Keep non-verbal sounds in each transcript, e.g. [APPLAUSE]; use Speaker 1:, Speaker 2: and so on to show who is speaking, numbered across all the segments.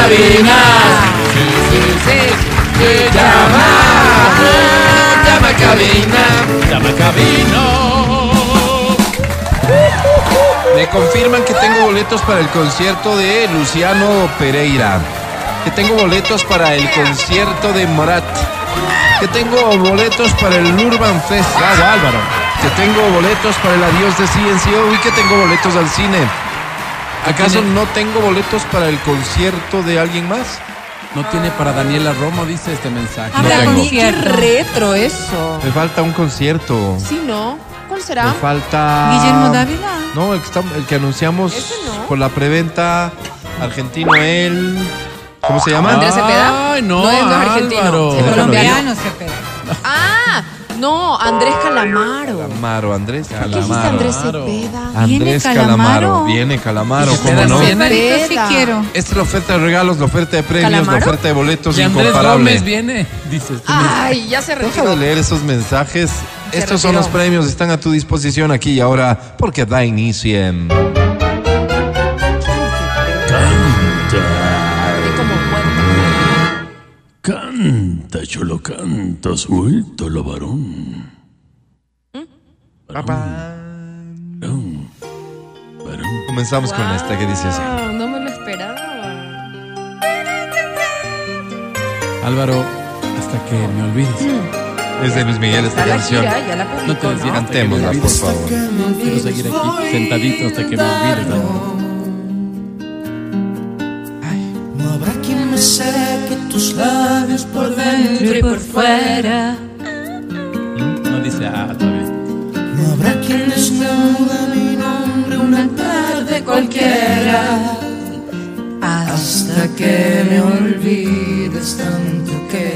Speaker 1: cabina. Sí, sí, sí. Que llama. Llama cabina. Llama cabino.
Speaker 2: Me confirman que tengo boletos para el concierto de Luciano Pereira. Que tengo boletos para el concierto de Morat. Que tengo boletos para el Urban Fest.
Speaker 1: Ah,
Speaker 2: Claro, Álvaro. Que tengo boletos para el Adiós de CNCO y que tengo boletos al cine. ¿Acaso
Speaker 1: tiene-
Speaker 2: no tengo boletos para el concierto de alguien más?
Speaker 1: No tiene para Daniela Romo, dice este mensaje.
Speaker 3: Ah,
Speaker 2: No
Speaker 4: Habla
Speaker 2: tengo.
Speaker 4: con qué retro eso.
Speaker 2: Me falta un concierto.
Speaker 4: Sí, ¿no? ¿Cuál
Speaker 2: Me
Speaker 4: será?
Speaker 2: falta.
Speaker 4: Guillermo Dávila.
Speaker 2: No, el que, está- el que anunciamos
Speaker 4: Ese no.
Speaker 2: por la preventa argentino, él. ¿Cómo se llama?
Speaker 4: Andrés Cepeda?
Speaker 1: Ay, no,
Speaker 4: No, es no argentino.
Speaker 1: Álvaro.
Speaker 4: Sí,
Speaker 3: Colombiano se pega.
Speaker 4: Ah, no, Andrés Calamaro.
Speaker 2: Calamaro, Andrés
Speaker 4: ¿Qué dijiste,
Speaker 2: Calamaro.
Speaker 4: Andrés
Speaker 1: Calamaro.
Speaker 4: Cepeda?
Speaker 2: Andrés
Speaker 3: ¿Viene
Speaker 2: Calamaro.
Speaker 3: Calamaro?
Speaker 2: Viene Calamaro,
Speaker 1: Cepeda
Speaker 2: ¿cómo no?
Speaker 1: viene.
Speaker 3: Cepadito sí
Speaker 4: Peda.
Speaker 3: quiero.
Speaker 2: Esta es la oferta de regalos, la oferta de premios,
Speaker 4: ¿Calamaro?
Speaker 2: la oferta de boletos
Speaker 1: Y Andrés
Speaker 2: incomparable.
Speaker 1: Gómez viene, dice este
Speaker 4: Ay, ya se
Speaker 2: Deja de
Speaker 4: retiró.
Speaker 2: leer esos mensajes.
Speaker 4: Se
Speaker 2: Estos son
Speaker 4: retiró.
Speaker 2: los premios, están a tu disposición aquí y ahora, porque da inicio en...
Speaker 4: Así como cuenta.
Speaker 5: Canta, cholo, canta, suelto la varón. Varón. Varón.
Speaker 2: Comenzamos con esta que dice así.
Speaker 4: Wow, Ah, No me lo esperaba.
Speaker 1: mensaje. Álvaro, hasta que me olvides.
Speaker 2: Es de Luis Miguel esta
Speaker 4: Está la
Speaker 2: canción.
Speaker 4: gira, ¿eh? ya la
Speaker 1: No te
Speaker 4: publicó,
Speaker 1: olvides.
Speaker 4: ¿no?
Speaker 2: Cantémosla, por favor.
Speaker 1: Quiero seguir aquí sentadito hasta que me olvides. Álvaro.
Speaker 6: No habrá quien me seque tus labios por dentro.
Speaker 3: Dentro y por fuera.
Speaker 1: No dice ah, todavía.
Speaker 6: No habrá quien desnuda mi nombre una tarde cualquiera. Hasta que me olvides tanto que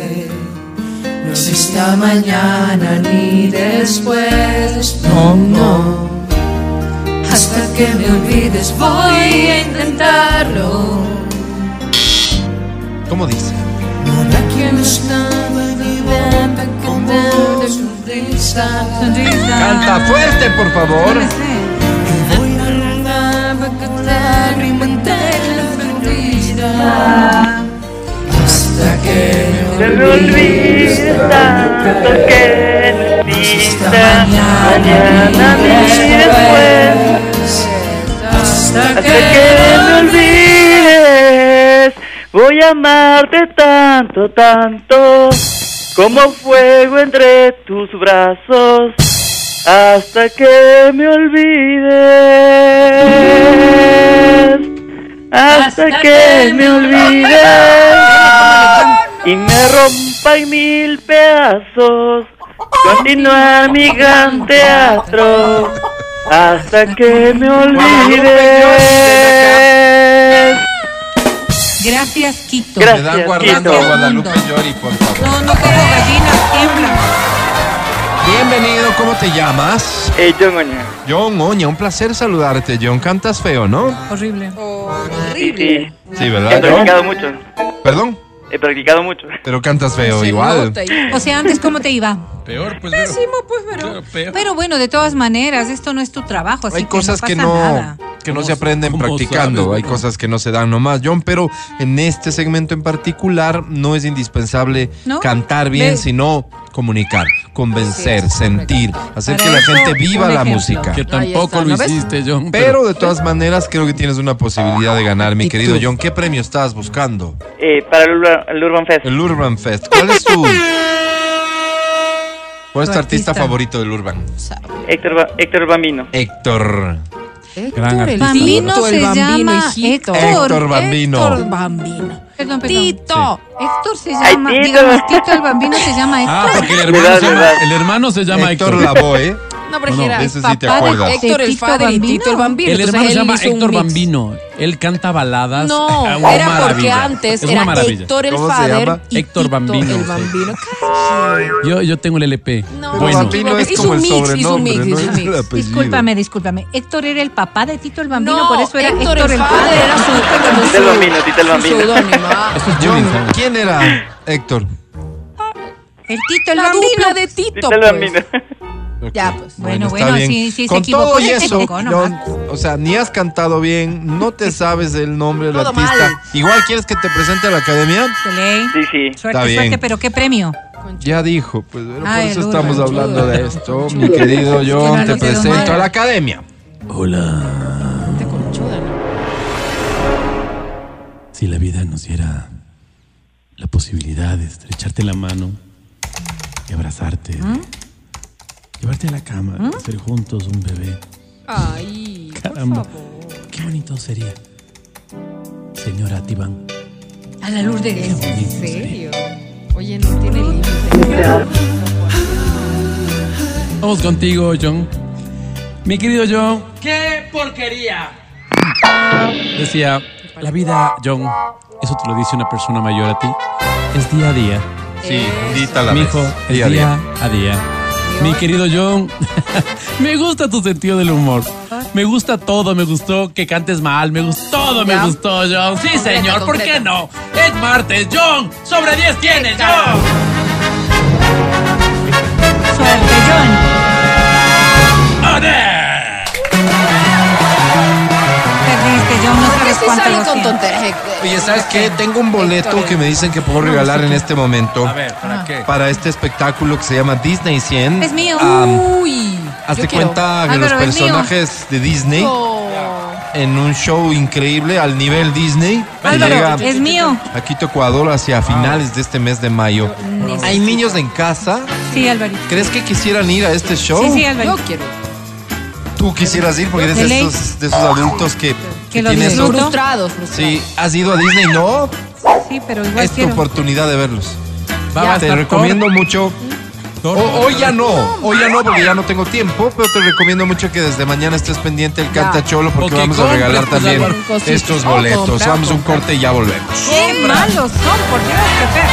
Speaker 6: no exista mañana ni después. No, no. Hasta que me olvides voy a intentarlo.
Speaker 2: ¿Cómo dice?
Speaker 6: No habrá quien desnuda mi boca con voz de sonrisa.
Speaker 2: Canta fuerte, por favor.
Speaker 6: Voy a rogar que te reinventar la mentira hasta que
Speaker 7: Se me olvida tanto que no exista mañana ni después
Speaker 6: hasta
Speaker 7: hasta que me olvides. Voy a amarte tanto, tanto como fuego entre tus brazos hasta que me olvides. Hasta, que, me [LAUGHS] olvides y me rompa en mil pedazos. Continúa mi gran teatro hasta que me olvides.
Speaker 3: Gracias, Quito.
Speaker 7: Gracias.
Speaker 2: Me dan guardando a
Speaker 7: Quito.
Speaker 2: Guadalupe Llori, por favor.
Speaker 3: No, no como gallinas, tiemblan.
Speaker 2: Bienvenido, ¿cómo te llamas?
Speaker 7: Eh, John Oña.
Speaker 2: John Oña, un placer saludarte, John. Cantas feo, ¿no?
Speaker 3: Horrible.
Speaker 7: Sí, sí.
Speaker 2: Sí,
Speaker 7: He
Speaker 2: ¿verdad,
Speaker 7: practicado
Speaker 2: John?
Speaker 7: mucho.
Speaker 2: Perdón,
Speaker 7: He practicado mucho.
Speaker 2: pero cantas feo
Speaker 4: Se
Speaker 2: igual.
Speaker 4: nota y-
Speaker 3: O sea, antes, ¿cómo te iba?
Speaker 1: Peor, pues.
Speaker 3: Pésimo, pues, pero.
Speaker 1: Pero peor.
Speaker 3: Pero bueno, de todas maneras, esto no es tu trabajo, así
Speaker 2: Hay cosas
Speaker 3: que
Speaker 2: que
Speaker 3: no pasa
Speaker 2: no,
Speaker 3: nada.
Speaker 2: que no
Speaker 1: ¿Cómo
Speaker 2: se aprenden
Speaker 1: sabes,
Speaker 2: practicando,
Speaker 1: verdad?
Speaker 2: hay cosas que no se dan nomás, John, pero en este segmento en particular no es indispensable
Speaker 3: ¿No?
Speaker 2: cantar bien,
Speaker 3: Ve-
Speaker 2: sino comunicar, convencer, sentir, hacer
Speaker 3: Para
Speaker 2: que la
Speaker 3: eso,
Speaker 2: gente viva
Speaker 3: un
Speaker 2: la
Speaker 3: ejemplo.
Speaker 2: música.
Speaker 1: Que tampoco
Speaker 4: está,
Speaker 1: lo
Speaker 4: ¿no ves?
Speaker 1: hiciste, John.
Speaker 2: Pero de todas maneras creo que tienes una posibilidad de ganar, mi querido
Speaker 1: Actitud.
Speaker 2: John. ¿Qué premio estás buscando?
Speaker 7: Eh, para el, Ur- el Urban Fest.
Speaker 2: El Urban Fest. ¿Cuál es
Speaker 3: [LAUGHS]
Speaker 2: tu... ¿Cuál es tu artista
Speaker 3: artista.
Speaker 2: favorito del Urban?
Speaker 7: Héctor, Ba- Héctor Bambino.
Speaker 2: Eh. Héctor.
Speaker 1: Gran
Speaker 4: Héctor, el
Speaker 1: artista,
Speaker 3: Bambino
Speaker 4: Tito, el
Speaker 3: se
Speaker 4: Bambino,
Speaker 3: llama
Speaker 4: hijito.
Speaker 3: Héctor.
Speaker 2: Héctor Bambino.
Speaker 4: Héctor Bambino.
Speaker 3: Perdón, perdón.
Speaker 4: Tito.
Speaker 3: Héctor se
Speaker 7: Ay,
Speaker 3: llama.
Speaker 7: Tito.
Speaker 3: digamos, Tito el bambino se llama Héctor.
Speaker 1: Ah, porque el
Speaker 7: Verdad,
Speaker 1: hermano, se llama,
Speaker 7: verdad.
Speaker 1: el hermano se llama
Speaker 2: Héctor
Speaker 1: Héctor.
Speaker 2: Laboe.
Speaker 4: Eh, No, pero
Speaker 2: No,
Speaker 4: era
Speaker 2: de
Speaker 4: el
Speaker 2: ese sí te
Speaker 4: papá
Speaker 2: acuerdas.
Speaker 4: de Héctor, el
Speaker 3: Tito
Speaker 4: father y
Speaker 3: Bambino.
Speaker 4: Tito el Bambino.
Speaker 1: El
Speaker 4: Entonces,
Speaker 1: hermano se
Speaker 4: él
Speaker 1: llama
Speaker 4: hizo un
Speaker 1: Héctor
Speaker 4: mix.
Speaker 1: Bambino. Él canta baladas.
Speaker 4: No,
Speaker 1: Ah, una
Speaker 4: era porque
Speaker 1: maravilla.
Speaker 4: antes
Speaker 1: Es una
Speaker 4: era
Speaker 1: maravilla.
Speaker 4: Héctor el
Speaker 2: ¿Cómo se
Speaker 4: father
Speaker 2: llama?
Speaker 4: y
Speaker 1: Héctor
Speaker 4: Tito
Speaker 1: Bambino,
Speaker 4: el
Speaker 1: sí.
Speaker 4: Bambino.
Speaker 1: Yo, yo tengo el LP.
Speaker 4: No,
Speaker 2: Pero
Speaker 1: bueno,
Speaker 2: Bambino es
Speaker 4: Hizo
Speaker 2: como
Speaker 4: un
Speaker 2: el
Speaker 4: mix, hizo un
Speaker 2: sobrenombre, no
Speaker 4: mix, hizo un
Speaker 2: es [LAUGHS] el
Speaker 4: mix.
Speaker 2: apellido.
Speaker 3: Discúlpame, discúlpame. Héctor era el papá de Tito el bambino,
Speaker 4: No,
Speaker 3: por eso era Héctor, el
Speaker 4: father
Speaker 3: padre.
Speaker 4: era su como
Speaker 7: Tito el
Speaker 4: su-
Speaker 7: Bambino, Tito el
Speaker 4: su
Speaker 7: Bambino.
Speaker 4: seudónimo, ah.
Speaker 1: eso es
Speaker 2: John,
Speaker 1: bullying, ¿sabes?
Speaker 2: ¿quién era Héctor?
Speaker 3: El Tito el
Speaker 4: La
Speaker 3: bambino.
Speaker 4: dupla de Tito.
Speaker 7: Tito el
Speaker 4: pues.
Speaker 7: Bambino. [LAUGHS]
Speaker 4: Ya, pues.
Speaker 3: Bueno,
Speaker 2: está
Speaker 3: bueno,
Speaker 2: bien.
Speaker 3: sí, sí, se
Speaker 2: Con
Speaker 3: equivocó,
Speaker 2: todo y
Speaker 3: se
Speaker 2: eso,
Speaker 3: equivocó nomás.
Speaker 2: no- o sea, ni has cantado bien, no te sabes el nombre del
Speaker 4: Todo
Speaker 2: artista.
Speaker 4: mal.
Speaker 2: Igual quieres que te presente a la academia.
Speaker 3: De ley.
Speaker 7: Sí, sí.
Speaker 2: Está
Speaker 3: Suerte,
Speaker 2: bien.
Speaker 3: suerte, pero qué premio.
Speaker 2: Ya dijo, pues pero
Speaker 3: Ay,
Speaker 2: por eso
Speaker 3: el
Speaker 2: estamos
Speaker 3: Urban.
Speaker 2: hablando de esto, mi querido John. Te
Speaker 3: no te doy
Speaker 2: presento
Speaker 3: madre.
Speaker 2: a la academia.
Speaker 5: Hola.
Speaker 4: Gente conchuda, ¿no?
Speaker 5: Si la vida nos diera la posibilidad de estrecharte la mano y abrazarte, de
Speaker 4: ¿Mm?
Speaker 5: llevarte a la cama, de hacer juntos un bebé,
Speaker 4: Ay,
Speaker 5: Caramba.
Speaker 4: por favor.
Speaker 5: qué bonito sería. Señora Tibán,
Speaker 3: A la luz de Dios.
Speaker 5: bonito
Speaker 4: ¿En
Speaker 5: sería.
Speaker 4: serio? Oye, no tiene límite.
Speaker 5: Vamos contigo, John. Mi querido John. ¡Qué porquería! Decía, la vida, John, eso te lo dice una persona mayor a ti, es día a día.
Speaker 2: Sí,
Speaker 3: Eh,
Speaker 2: dita la
Speaker 5: Mi hijo, es día, a día. Mi querido John, [LAUGHS] me gusta tu sentido del humor. Me gusta todo, me gustó que cantes mal, me gustó todo, me
Speaker 4: Ya.
Speaker 5: gustó, John. Sí,
Speaker 4: Concreta,
Speaker 5: señor, ¿por qué
Speaker 4: concreta.
Speaker 5: no? Es martes, John. Sobre 10 tienes, John.
Speaker 3: Suerte, John.
Speaker 5: ¡Ole!
Speaker 3: Perdiste, John, no
Speaker 4: ¿Por qué
Speaker 3: sabes
Speaker 4: sí
Speaker 3: cuánto
Speaker 4: sale
Speaker 3: lo
Speaker 4: con
Speaker 3: siento.
Speaker 4: tonterías?
Speaker 2: Oye, ¿sabes qué? Tengo un boleto que me dicen que puedo regalar en este momento
Speaker 5: A ver, ¿para qué?
Speaker 2: para este espectáculo que se llama Disney 100.
Speaker 3: Es mío. Uh,
Speaker 2: Am,
Speaker 4: Uy.
Speaker 2: hazte
Speaker 4: yo quiero.
Speaker 2: cuenta que
Speaker 3: Álvaro,
Speaker 2: los
Speaker 3: Ah, es mío.
Speaker 2: personajes de Disney
Speaker 4: Oh.
Speaker 2: en un show increíble al nivel Disney que llega
Speaker 3: Álvaro, es mío.
Speaker 2: a Quito, Ecuador hacia finales de este mes de mayo.
Speaker 3: Necesito.
Speaker 2: Hay niños en casa.
Speaker 3: Sí, Álvaro.
Speaker 2: ¿Crees que quisieran ir a este show?
Speaker 3: Sí, sí,
Speaker 4: Yo
Speaker 3: Álvaro.
Speaker 4: quiero.
Speaker 2: Tú quisieras ir porque eres
Speaker 3: De
Speaker 2: de
Speaker 3: ley.
Speaker 2: esos, de esos adultos que,
Speaker 3: Que lo
Speaker 2: tienes
Speaker 3: disfruto.
Speaker 2: otro-
Speaker 4: Frustrado, frustrado.
Speaker 2: Sí, has ido a Disney, no.
Speaker 3: Sí, pero igual
Speaker 2: Es tu
Speaker 3: quiero.
Speaker 2: oportunidad de verlos.
Speaker 5: Va a
Speaker 2: Te
Speaker 5: estar
Speaker 2: recomiendo mucho.
Speaker 5: Thor-
Speaker 2: O- hoy ya no, hoy ya no porque ya no tengo tiempo, pero te recomiendo mucho que desde mañana estés pendiente el canta cholo porque
Speaker 5: Porque
Speaker 2: vamos a regalar
Speaker 5: compras,
Speaker 2: también
Speaker 5: Álvaro.
Speaker 4: Cositas.
Speaker 2: estos
Speaker 4: Oh,
Speaker 2: boletos.
Speaker 4: comprar,
Speaker 2: Vamos a un
Speaker 4: comprar.
Speaker 2: corte y ya volvemos.
Speaker 3: Qué malos son, por Dios, qué feo.